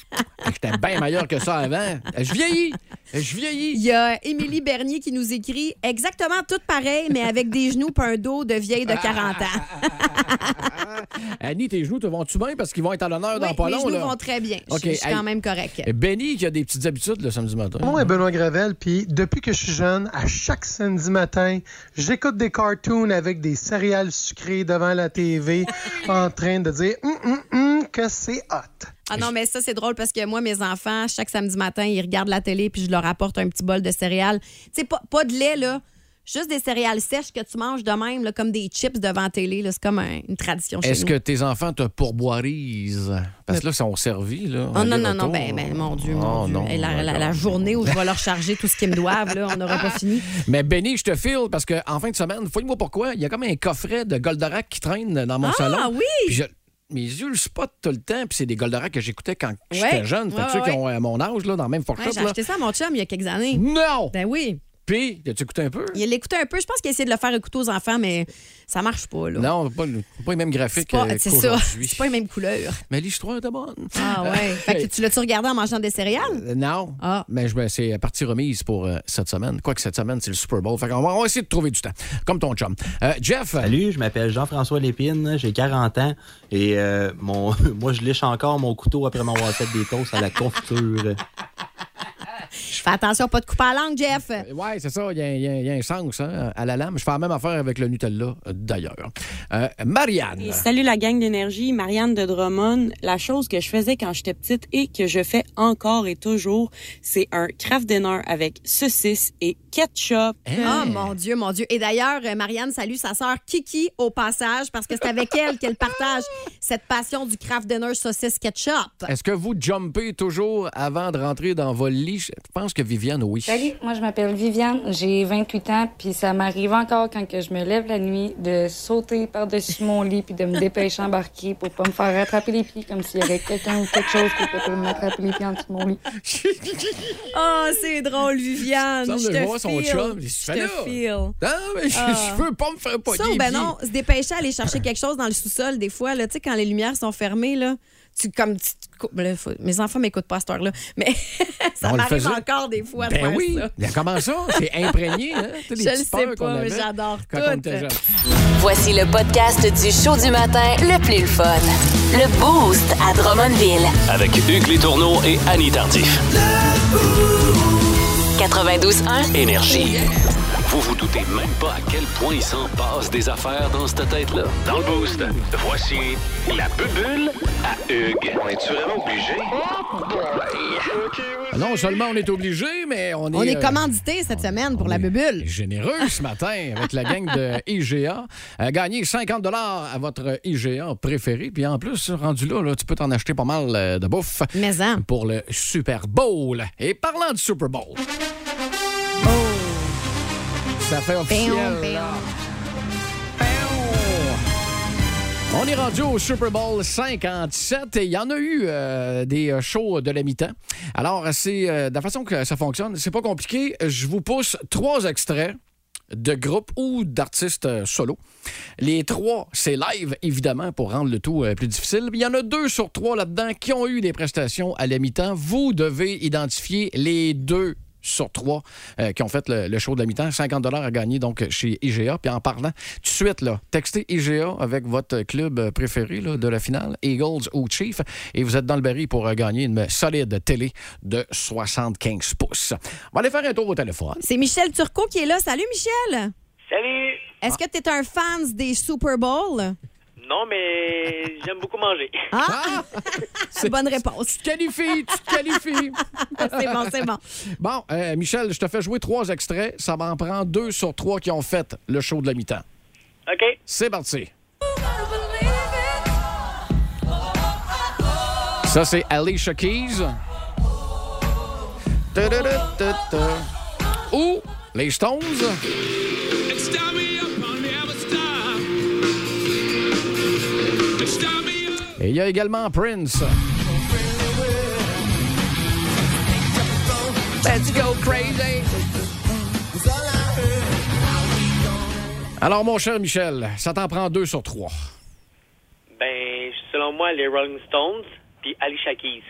C: J'étais bien meilleur que ça avant. Je vieillis. Je vieillis.
D: Il y a Émilie Bernier qui nous écrit exactement tout pareil, mais avec des genoux pas un dos de vieille
C: Ah,
D: de 40 ans.
C: Annie, tes genoux te vont-tu bien parce qu'ils vont être à l'honneur
D: Oui,
C: ah. dans pas
D: mes
C: long,
D: genoux
C: là?
D: vont très bien. Je-
C: OK,
D: je suis
C: hey.
D: quand même correcte.
C: Benny, qui a des petites habitudes le samedi matin.
M: Mon nom
D: ben,
M: est Benoît Gravel, puis depuis que je suis jeune, à chaque samedi matin, j'écoute des cartoons avec des céréales sucrées devant la TV en train de dire Hum, hum, hum, que c'est hot.
D: Ah non, mais ça, c'est drôle parce que moi, mes enfants, chaque samedi matin, ils regardent la télé puis je leur apporte un petit bol de céréales. Tu sais, pas, pas de lait, là. Juste des céréales sèches que tu manges de même, là, comme des chips devant la télé. là. C'est comme un- une tradition chez
C: Est-ce
D: nous.
C: que tes enfants te pourboirisent? Parce que là, ils sont servis, là.
D: Oh
C: en
D: non, non,
C: aller-retour.
D: non, ben, ben, mon Dieu,
C: Oh
D: mon Dieu.
C: non,
D: Et la, la-
C: d'accord.
D: la journée où je vais leur charger tout ce qu'ils me doivent, là, on n'aura pas fini.
C: Mais Benny, je te file parce qu'en fin de semaine, fouille-moi pourquoi, il y a comme un coffret de Goldorak qui traîne dans mon
D: Ah,
C: salon.
D: oui!
C: Puis je- mes yeux le spot tout le temps, puis c'est des Goldorak que j'écoutais quand
D: Ouais.
C: j'étais jeune. Fait que
D: Ouais,
C: ceux qui
D: ouais,
C: ont euh, mon âge, là, dans la même
D: Ouais,
C: fourchette,
D: J'ai
C: là.
D: acheté ça à mon chum il y a quelques années.
C: Non!
D: Ben oui.
C: Puis, as-tu écouté un peu?
D: Il l'écoutait un peu. Je pense qu'il essayait de le faire écouter aux enfants, mais ça marche pas. Là.
C: Non, pas, le- pas les mêmes graphiques
D: Pas-
C: euh,
D: c'est ça.
C: qu'aujourd'hui.
D: C'est pas les mêmes couleurs.
C: Mais l'histoire est bonne.
D: Ah ouais. fait que tu Ah. l'as-tu regardé en mangeant des céréales?
C: Euh, Non. Mais je, ben, c'est partie remise pour euh, cette semaine. Quoique cette semaine, c'est le Super Bowl. Fait qu'on va, on va essayer de trouver du temps. Comme ton chum. Euh, Jeff.
L: Salut, je m'appelle Jean-François Lépine, j'ai 40 ans et euh, mon, moi je liche encore mon couteau après m'avoir fait des toasts à la confiture.
D: Fais attention, pas de coupe à la langue, Jeff.
C: Ouais, c'est ça. Il y, a- il y a- il y a un sens hein, à la lame. Je fais la même affaire avec le Nutella, euh, d'ailleurs. Euh, Marianne.
N: Et salut la gang d'énergie, Marianne de Drummond. La chose que je faisais quand j'étais petite et que je fais encore et toujours, c'est un craft dinner avec saucisse et ketchup.
D: Oh mon Dieu, mon Dieu. Et d'ailleurs, euh, Marianne salue sa sœur Kiki au passage parce que c'est avec elle qu'elle partage cette passion du craft dinner saucisse ketchup.
C: Est-ce que vous jumpez toujours avant de rentrer dans votre lit? Je pense que Viviane, oui.
O: Salut, moi je m'appelle Viviane, j'ai 28 ans, puis ça m'arrive encore quand que je me lève la nuit de sauter par-dessus mon lit puis de me dépêcher embarquer pour pas me faire rattraper les pieds comme s'il y avait quelqu'un ou quelque chose qui pouvait m'attraper les pieds en dessous de mon lit.
D: Oh, c'est drôle, Viviane.
C: Ça me
D: Je te
C: fait voir son
D: feel.
C: chum. Il se fait
D: Je te
C: là.
D: feel.
C: Non, Ah, mais je- je veux pas me faire pogner
D: Ah. Ça, ou
C: les
D: ben
C: pieds.
D: non, se dépêcher à aller chercher quelque chose dans le sous-sol, des fois, là, tu sais, quand les lumières sont fermées, là. Tu, comme, tu- tu cou- là, faut- mes enfants m'écoutent pas à cette heure-là, mais ça
C: On le
D: m'arrive
C: faisait.
D: encore des fois. de
C: Ben
D: faire
C: oui,
D: ça.
C: Mais comment ça? C'est imprégné, hein? Toutes les
D: Je le
C: petites
D: sais
C: peurs qu'on
D: pas, mais
C: avait
D: j'adore
C: quand
D: tout.
C: on était jeune.
E: Voici le podcast du show du matin le plus le fun. Le Boost à Drummondville.
B: Avec Hugues Létourneau et Annie Tardif.
E: 92.1.
B: Énergie. Vous vous doutez même pas à quel point il s'en passe des affaires dans cette tête-là. Dans le boost, voici la bubule à Hugues. On est-tu vraiment obligé?
P: Oh,
C: Non seulement on est obligé, mais on est.
D: On est
C: euh,
D: commandité cette semaine pour la bubule.
C: généreux ce matin avec la gang de IGA. Euh, gagnez 50 à votre IGA préféré. Puis en plus, rendu là, là, tu peux t'en acheter pas mal euh, de bouffe. Pour le Super Bowl. Et parlant du Super Bowl. Ça fait officiel. là. On est rendu au Super Bowl 57 et il y en a eu euh, des euh, shows de la mi-temps. Alors, c'est euh, de la façon que ça fonctionne, c'est pas compliqué. Je vous pousse trois extraits de groupes ou d'artistes euh, solo. Les trois, c'est live, évidemment, pour rendre le tout euh, plus difficile. Il y en a deux sur trois là-dedans qui ont eu des prestations à la mi-temps. Vous devez identifier les deux sur trois euh, qui ont fait le, le show de la mi-temps. 50 à gagner donc chez IGA. Puis en parlant, tout de suite, là, textez IGA avec votre club euh, préféré là, de la finale, Eagles ou Chiefs, et vous êtes dans le baril pour euh, gagner une solide télé de 75 pouces. On va aller faire un tour au téléphone.
D: C'est Michel Turcot qui est là. Salut, Michel.
P: Salut!
D: Est-ce que tu es un fan des Super Bowl?
P: Non, mais j'aime beaucoup manger.
D: Ah! Bonne réponse. Tu
C: te qualifies, tu te qualifies.
D: c'est bon, c'est bon.
C: Bon, euh, Michel, je te fais jouer trois extraits. Ça m'en prend deux sur trois qui ont fait le show de la mi-temps.
P: OK.
C: C'est parti. Ça, c'est Alicia Keys. Ta-da-da-ta-ta. Ou les Stones. Et il y a également Prince. Let's go crazy. Alors, mon cher Michel, ça t'en prend deux sur trois.
P: Ben, selon moi, les Rolling Stones puis Alicia Keys.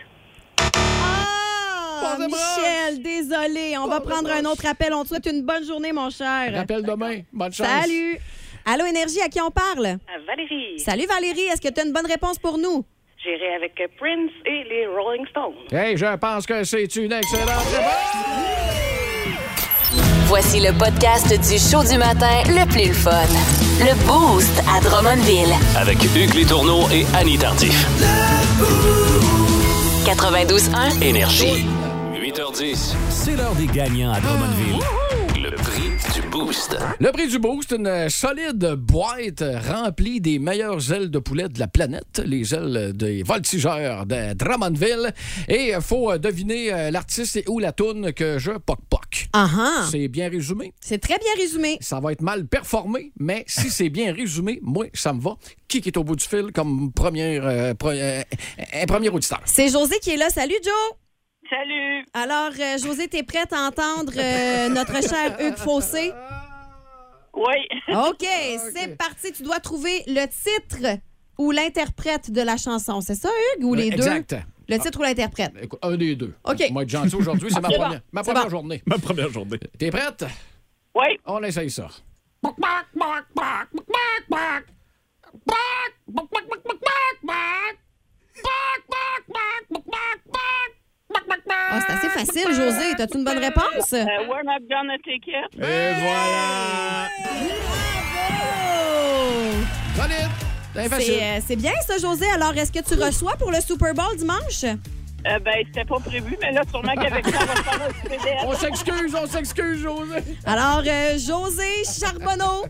D: Ah, Michel, désolé. On va prendre un autre appel. On te souhaite une bonne journée, mon cher.
C: Rappel demain. Bonne chance.
D: Salut. Allô, Énergie, à qui on parle?
Q: Valérie.
D: Salut, Valérie. Est-ce que tu as une bonne réponse pour nous?
Q: J'irai avec Prince et les Rolling Stones.
C: Hey, je pense que c'est une excellente réponse.
E: Voici le podcast du show du matin le plus le fun. Le Boost à Drummondville.
B: Avec Hugues Létourneau et Annie Tardif.
E: 92.1.
B: Énergie. 8h10, c'est l'heure des gagnants à Drummondville. Le prix du boost.
C: Le prix du boost, une solide boîte remplie des meilleures ailes de poulet de la planète, les ailes des voltigeurs de Drummondville. Et il faut deviner euh, l'artiste et ou la toune que je poc poc.
D: Ah-ha.
C: C'est bien résumé.
D: Ah, C'est très bien résumé.
C: Ça va être mal performé, mais si c'est bien résumé, moi, ça me va. Qui qui est au bout du fil comme premier, euh, pre- euh, euh, premier auditeur?
D: C'est José qui est là. Salut, Joe.
Q: Salut.
D: Alors, euh, José, t'es prête à entendre euh, notre cher Hugues Fossé?
Q: Oui.
D: OK, c'est parti. Tu dois trouver le titre ou l'interprète de la chanson. C'est ça, Hugues, ou les
C: Exact.
D: deux? Le titre ou l'interprète?
C: Écoute, un des deux.
D: OK.
C: Moi, être gentil aujourd'hui, c'est ma
D: C'est bon.
C: première, ma
D: C'est
C: première
D: bon.
C: journée.
G: Ma première journée.
C: T'es prête?
Q: Oui.
C: On essaye ça.
D: Ah, c'est assez facile, José. T'as-tu une bonne réponse?
Q: Euh, we're not gonna take it.
C: Et voilà! Solide! C'est facile.
D: Oh! C'est euh, c'est bien ça, José. Alors, est-ce que tu reçois pour le Super Bowl dimanche?
Q: Euh, ben, c'était pas prévu, mais là, sûrement qu'avec ça, on va faire un PDF.
C: On s'excuse, on s'excuse, José!
D: Alors, euh, José Charbonneau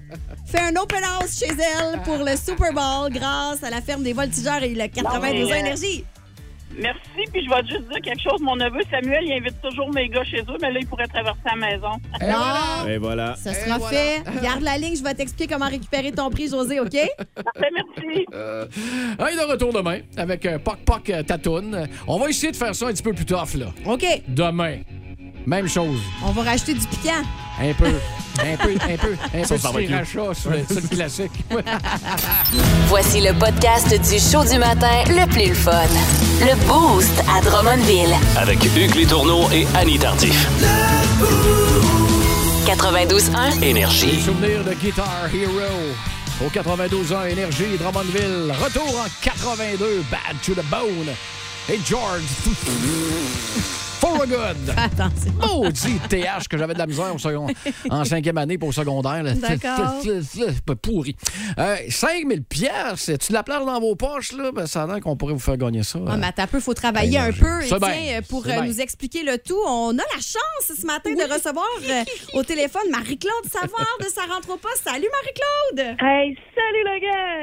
D: fait un open house chez elle pour le Super Bowl grâce à la ferme des voltigeurs et le 92
Q: Non, mais, euh,
D: Énergie.
Q: Merci, puis je vais juste dire quelque chose. Mon neveu Samuel, il invite toujours mes gars chez eux, mais là, il pourrait traverser la maison.
D: Non,
G: Et voilà.
D: ce sera fait. Garde la ligne, je vais t'expliquer comment récupérer ton prix, José, OK?
Q: Parfait, merci.
C: Euh, on est de retour demain avec euh, Poc Poc euh, Tatoune. Euh, On va essayer de faire ça un petit peu plus tough, là.
D: OK,
C: Demain. Même chose.
D: on va racheter du piquant.
C: Un peu. un peu, un peu, un peu de
G: Sauce barbecue.
C: sriracha sur le, sur le classique.
E: Voici le podcast du show du matin le plus fun. Le Boost à Drummondville.
B: Avec Hugues Létourneau et Annie Tardif.
E: 92.1.
C: Les
B: Énergie.
C: souvenirs de Guitar Hero. Au 92 ans, Énergie, Drummondville. Retour en 82, Bad to the Bone. Et George. For a good.
D: Attention.
C: Maudit TH que j'avais de la misère au second- en cinquième année pour au secondaire. là.
D: D'accord.
C: Pourri. Euh, 5 000 piastres, tu la places dans vos poches, là? Ben, ça a l'air qu'on pourrait vous faire gagner ça. euh.
D: Ah, mais attends un peu, il faut travailler
C: Ben,
D: un
C: je-
D: peu. Et
C: c'est
D: tiens,
C: bien,
D: euh, pour
C: c'est
D: euh,
C: bien.
D: nous expliquer le tout, on a la chance ce matin de recevoir euh, au téléphone Marie-Claude Savard de Ça rentre au poste. Salut Marie-Claude!
R: Hey, salut la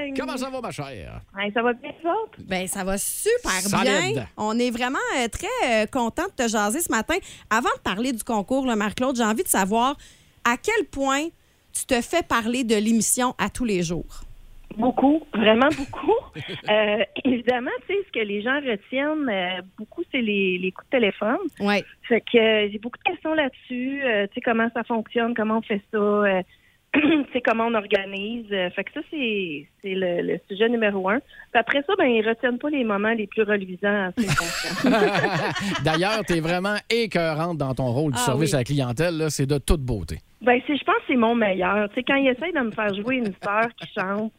R: gang!
C: Comment ça va, ma chère?
R: Hey, ça va bien, vous autres?
D: Ben, ça va super
C: Solide.
D: bien. On est vraiment euh, très content de te jaser ce matin. Avant de parler du concours, là, Marie-Claude, j'ai envie de savoir à quel point tu te fais parler de l'émission à tous les jours.
R: Beaucoup, vraiment beaucoup. Euh, évidemment, tu sais, ce que les gens retiennent euh, beaucoup, c'est les, les coups de téléphone.
D: Oui.
R: Fait que euh, j'ai beaucoup de questions là-dessus. euh, tu sais, comment ça fonctionne, comment on fait ça, euh, tu sais, comment on organise. Euh, fait que ça, c'est c'est le, le sujet numéro un. Puis après ça, ben, ils retiennent pas les moments les plus reluisants. à ce moment-là.
C: D'ailleurs, t'es vraiment écœurante dans ton rôle du
R: Ah
C: service
R: oui.
C: à la clientèle. là. C'est de toute beauté.
R: ben, c'est- je pense que c'est mon meilleur. Tu sais, quand ils essayent de me faire jouer une sœur qui chante,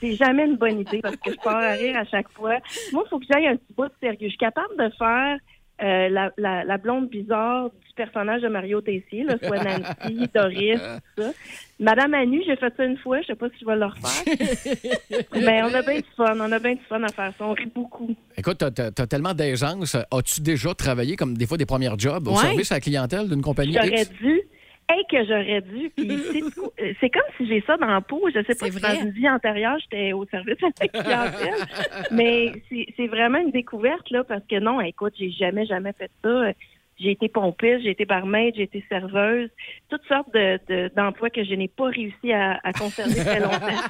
R: c'est jamais une bonne idée parce que je pars à rire à chaque fois. Moi, il faut que j'aille un petit bout de sérieux. Je suis capable de faire euh, la, la- la blonde bizarre du personnage de Mario Tessier, là, soit Nancy, Doris, tout ça. Madame Anu, j'ai fait ça une fois, je sais pas si je vais le refaire. Mais Ben, on a bien du fun, on a bien du fun à faire ça. On rit beaucoup.
C: Écoute, t'as- t'as t'as tellement d'aisance. As-tu déjà travaillé comme des fois des premières jobs au
R: Ouais.
C: service à la clientèle d'une compagnie
R: J'aurais
C: X?
R: dû. Hey, que j'aurais dû. Puis, c'est tout- euh, c'est comme si j'ai ça dans la peau. Je sais pas si dans une vie antérieure, j'étais au service à la clientèle. mais c'est c'est vraiment une découverte, là, parce que non, écoute, j'ai jamais, jamais fait ça. J'ai été pompiste, j'ai été barmaid, j'ai été serveuse. Toutes sortes d'emplois de, d'emplois que je n'ai pas réussi à, à conserver très longtemps.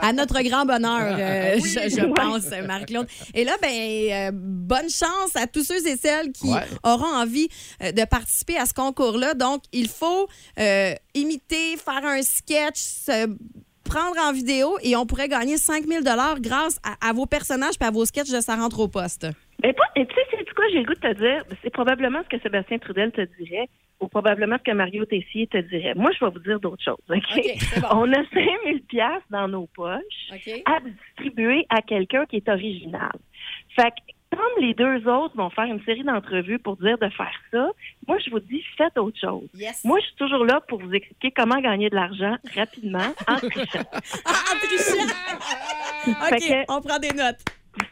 D: À notre grand bonheur, euh,
R: Oui.
D: je, je pense, Marie-Claude. Et là, ben, euh, bonne chance à tous ceux et celles qui
S: Ouais.
D: auront envie euh, de participer à ce concours-là. Donc, il faut euh, imiter, faire un sketch, se prendre en vidéo et on pourrait gagner 5000 dollars grâce à, à vos personnages et à vos sketchs de Ça rentre au poste.
R: Mais Ben, pas, et tu sais, c'est quoi, j'ai le goût de te dire, c'est probablement ce que Sébastien Trudel te dirait ou probablement ce que Mario Tessier te dirait. Moi, je vais vous dire d'autres choses, OK? On a 5000 pièces dans nos poches à distribuer à quelqu'un qui est original. Fait que, comme les deux autres vont faire une série d'entrevues pour dire de faire ça, moi, je vous dis, faites autre chose.
D: Yes.
R: Moi, je suis toujours là pour vous expliquer comment gagner de l'argent rapidement en trichant.
D: Ah, OK,
R: Fait que-
D: on prend des notes.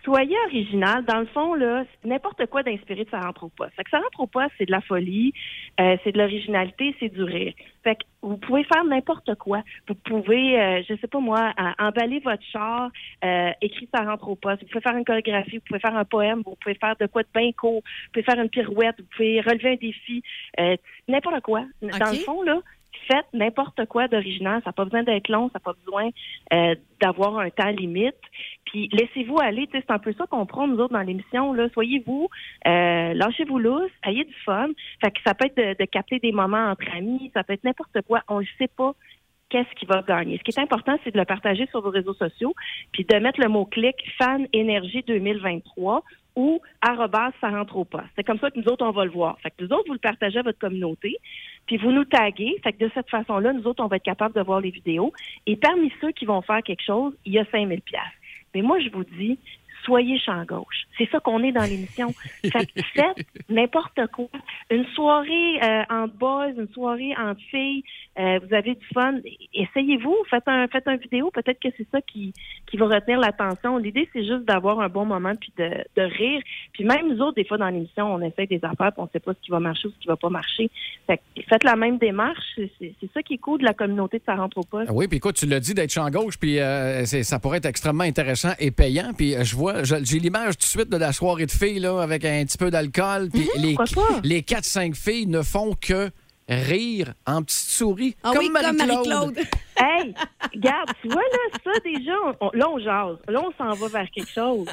R: Soyez original. Dans le fond, là, c'est n'importe quoi d'inspiré de ça rentre au poste. Fait que ça rentre au poste, c'est de la folie, euh, c'est de l'originalité, c'est du rire. Fait que vous pouvez faire n'importe quoi. Vous pouvez, euh, je sais pas moi, à- emballer votre char, euh, écrire ça rentre au poste. Vous pouvez faire une chorégraphie, vous pouvez faire un poème, vous pouvez faire de quoi de bien court, vous pouvez faire une pirouette, vous pouvez relever un défi, euh, n'importe quoi. Dans
D: OK.
R: le fond, là, faites n'importe quoi d'original. Ça n'a pas besoin d'être long, ça n'a pas besoin euh, d'avoir un temps limite. Puis laissez-vous aller. Tu sais, C'est un peu ça qu'on prend, nous autres, dans l'émission. là. Soyez-vous, euh, lâchez-vous lousse, ayez du fun. Fait que ça peut être de, de capter des moments entre amis, ça peut être n'importe quoi. On ne sait pas qu'est-ce qui va gagner. Ce qui est important, c'est de le partager sur vos réseaux sociaux, puis de mettre le mot-clic Fan Énergie 2023 ou arrobas ça rentre au poste. C'est comme ça que nous autres, on va le voir. Fait que nous autres, vous le partagez à votre communauté, puis vous nous taguez. Fait que de cette façon-là, nous autres, on va être capable de voir les vidéos. Et parmi ceux qui vont faire quelque chose, il y a 5000 pièces. Mais moi, je vous dis, soyez champ gauche. C'est ça qu'on est dans l'émission. Fait que faites n'importe quoi. Une soirée euh, en boys, une soirée en filles, euh, vous avez du fun. Essayez-vous, faites un, faites un vidéo. Peut-être que c'est ça qui, qui va retenir l'attention. L'idée, c'est juste d'avoir un bon moment puis de, de rire. Puis même nous autres, des fois, dans l'émission, on essaye des affaires puis on sait pas ce qui va marcher ou ce qui va pas marcher. Fait que faites la même démarche. C'est- C'est c'est ça qui est cool de la communauté de Ça rentre au poste.
C: Ah Oui, puis écoute, tu l'as dit d'être champ gauche, puis euh, c'est- ça pourrait être extrêmement intéressant et payant. Puis euh, je vois, je- j'ai l'image tout de suite de la soirée de filles là, avec un petit peu d'alcool. Puis
R: Mm-hmm,
C: les, les 4-5 filles ne font que rire en petite souris.
R: Ah hey, regarde, tu vois, là, ça, déjà, on- on- là, on jase. Là, on s'en va vers quelque chose.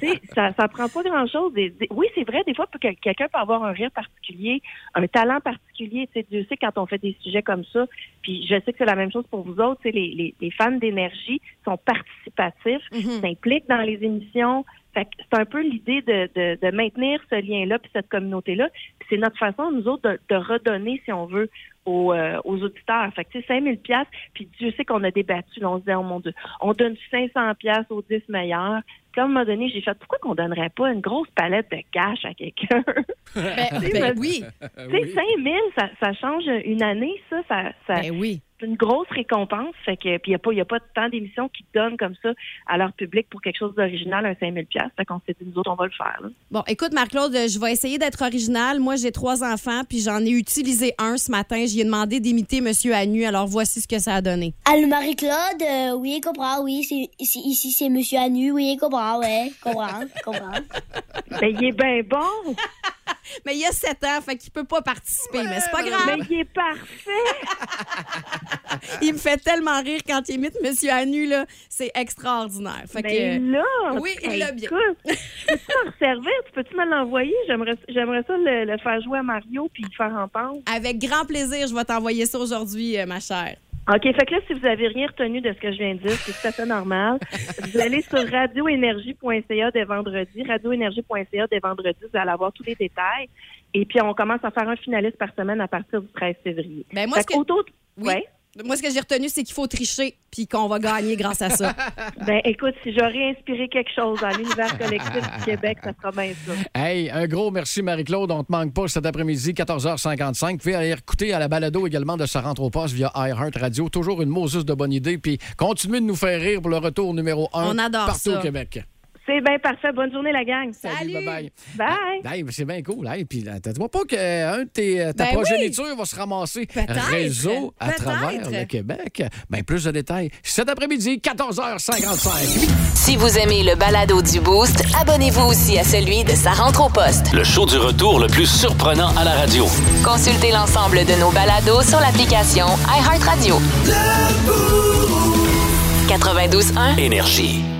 R: tu sais, ça, ça prend pas grand-chose. Des- des- Oui, c'est vrai, des fois, que- quelqu'un peut avoir un rire particulier, un talent particulier. Tu sais, Dieu sait, quand on fait des sujets comme ça, puis je sais que c'est la même chose pour vous autres, tu sais, les, les, les fans d'énergie sont participatifs, s'impliquent dans les émissions. Fait que c'est un peu l'idée de, de- de maintenir ce lien-là puis cette communauté-là. Puis c'est notre façon, nous autres, de, de redonner, si on veut, aux, euh, aux auditeurs. Fait que, tu sais, 5000 pièces puis Dieu sait qu'on a débattu, là, on se disait, oh mon Dieu, on donne 500 pièces aux 10 meilleurs. Puis à un moment donné, j'ai fait, pourquoi qu'on donnerait pas une grosse palette de cash à quelqu'un?
D: Ben,
R: Tu sais,
D: ben
R: me-
D: oui.
C: Euh,
R: Tu sais, 5000, ça, ça change une année, ça. ça, ça
D: ben oui.
R: C'est une grosse récompense. Fait que, puis il n'y a, pas- y a pas tant d'émissions qui donnent comme ça à leur public pour quelque chose d'original, un 5000 pièces. Fait qu'on s'est dit, nous autres, on va le faire. là.
D: Bon, écoute, Marc-Claude, je vais essayer d'être originale. Moi, j'ai trois enfants, puis j'en ai utilisé un ce matin. J'y ai demandé d'imiter Monsieur Anu, alors voici ce que ça a donné.
S: Allô Marie-Claude, euh, oui, comprends, oui, c'est, ici, ici c'est Monsieur Anu, oui, comprends, ouais, comprends, comprends.
R: Mais il est bien Eh ben, bon!
D: mais il a 7 ans, fait qu'il peut pas participer, mais c'est pas grave.
R: mais il est parfait!
D: il me fait tellement rire quand il imite Monsieur Anu, là. C'est extraordinaire. Fait
R: Mais
D: que... euh,
R: là,
D: Oui, il l'a bien.
R: écoute, peux-tu m'en servir? Tu peux-tu me l'envoyer? J'aimerais, j'aimerais ça le, le faire jouer à Mario puis le faire entendre.
D: Avec grand plaisir, je vais t'envoyer ça aujourd'hui, euh, ma chère.
R: OK, fait que là, si vous avez rien retenu de ce que je viens de dire, c'est tout à fait normal. vous allez sur radioénergie.ca dès vendredi, radioénergie.ca dès vendredi, vous allez avoir tous les détails. Et puis, on commence à faire un finaliste par semaine à partir du 13 février.
D: Ben, moi,
R: Fait
D: ce que-
R: qu'autour-
D: Oui.
R: Ouais.
D: Moi, ce que j'ai retenu, c'est qu'il faut tricher, puis qu'on va gagner grâce à ça.
R: Ben, écoute, si j'aurais inspiré quelque chose dans l'univers collectif du Québec, ça sera bien ça.
C: Hey, un gros merci Marie-Claude, on te manque pas cet après-midi 14h55. Vous pouvez aller écouter à la balado également de Ça rentre au poste via iHeart Radio. Toujours une Moses de bonne idée puis continuez de nous faire rire pour le retour numéro 1
R: On adore
C: partout
R: ça.
C: au Québec.
R: C'est bien parfait. Bonne journée, la gang.
C: Salut, bye-bye.
R: Bye.
C: Hey, c'est bien cool. Hey, puis là, t'as- dis-moi pas qu'un de tes, euh, ta
R: Ben oui.
C: progéniture va se ramasser
R: Peut-être.
C: réseau à
E: Peut-être.
C: travers le Québec. Ben, plus de détails cet après-midi 14h55.
E: Si vous aimez le balado du Boost, abonnez-vous aussi à celui de Sa rentre au poste.
B: Le show du retour le plus surprenant à la radio.
E: Consultez l'ensemble de nos balados sur l'application iHeartRadio. 92.1
B: Énergie.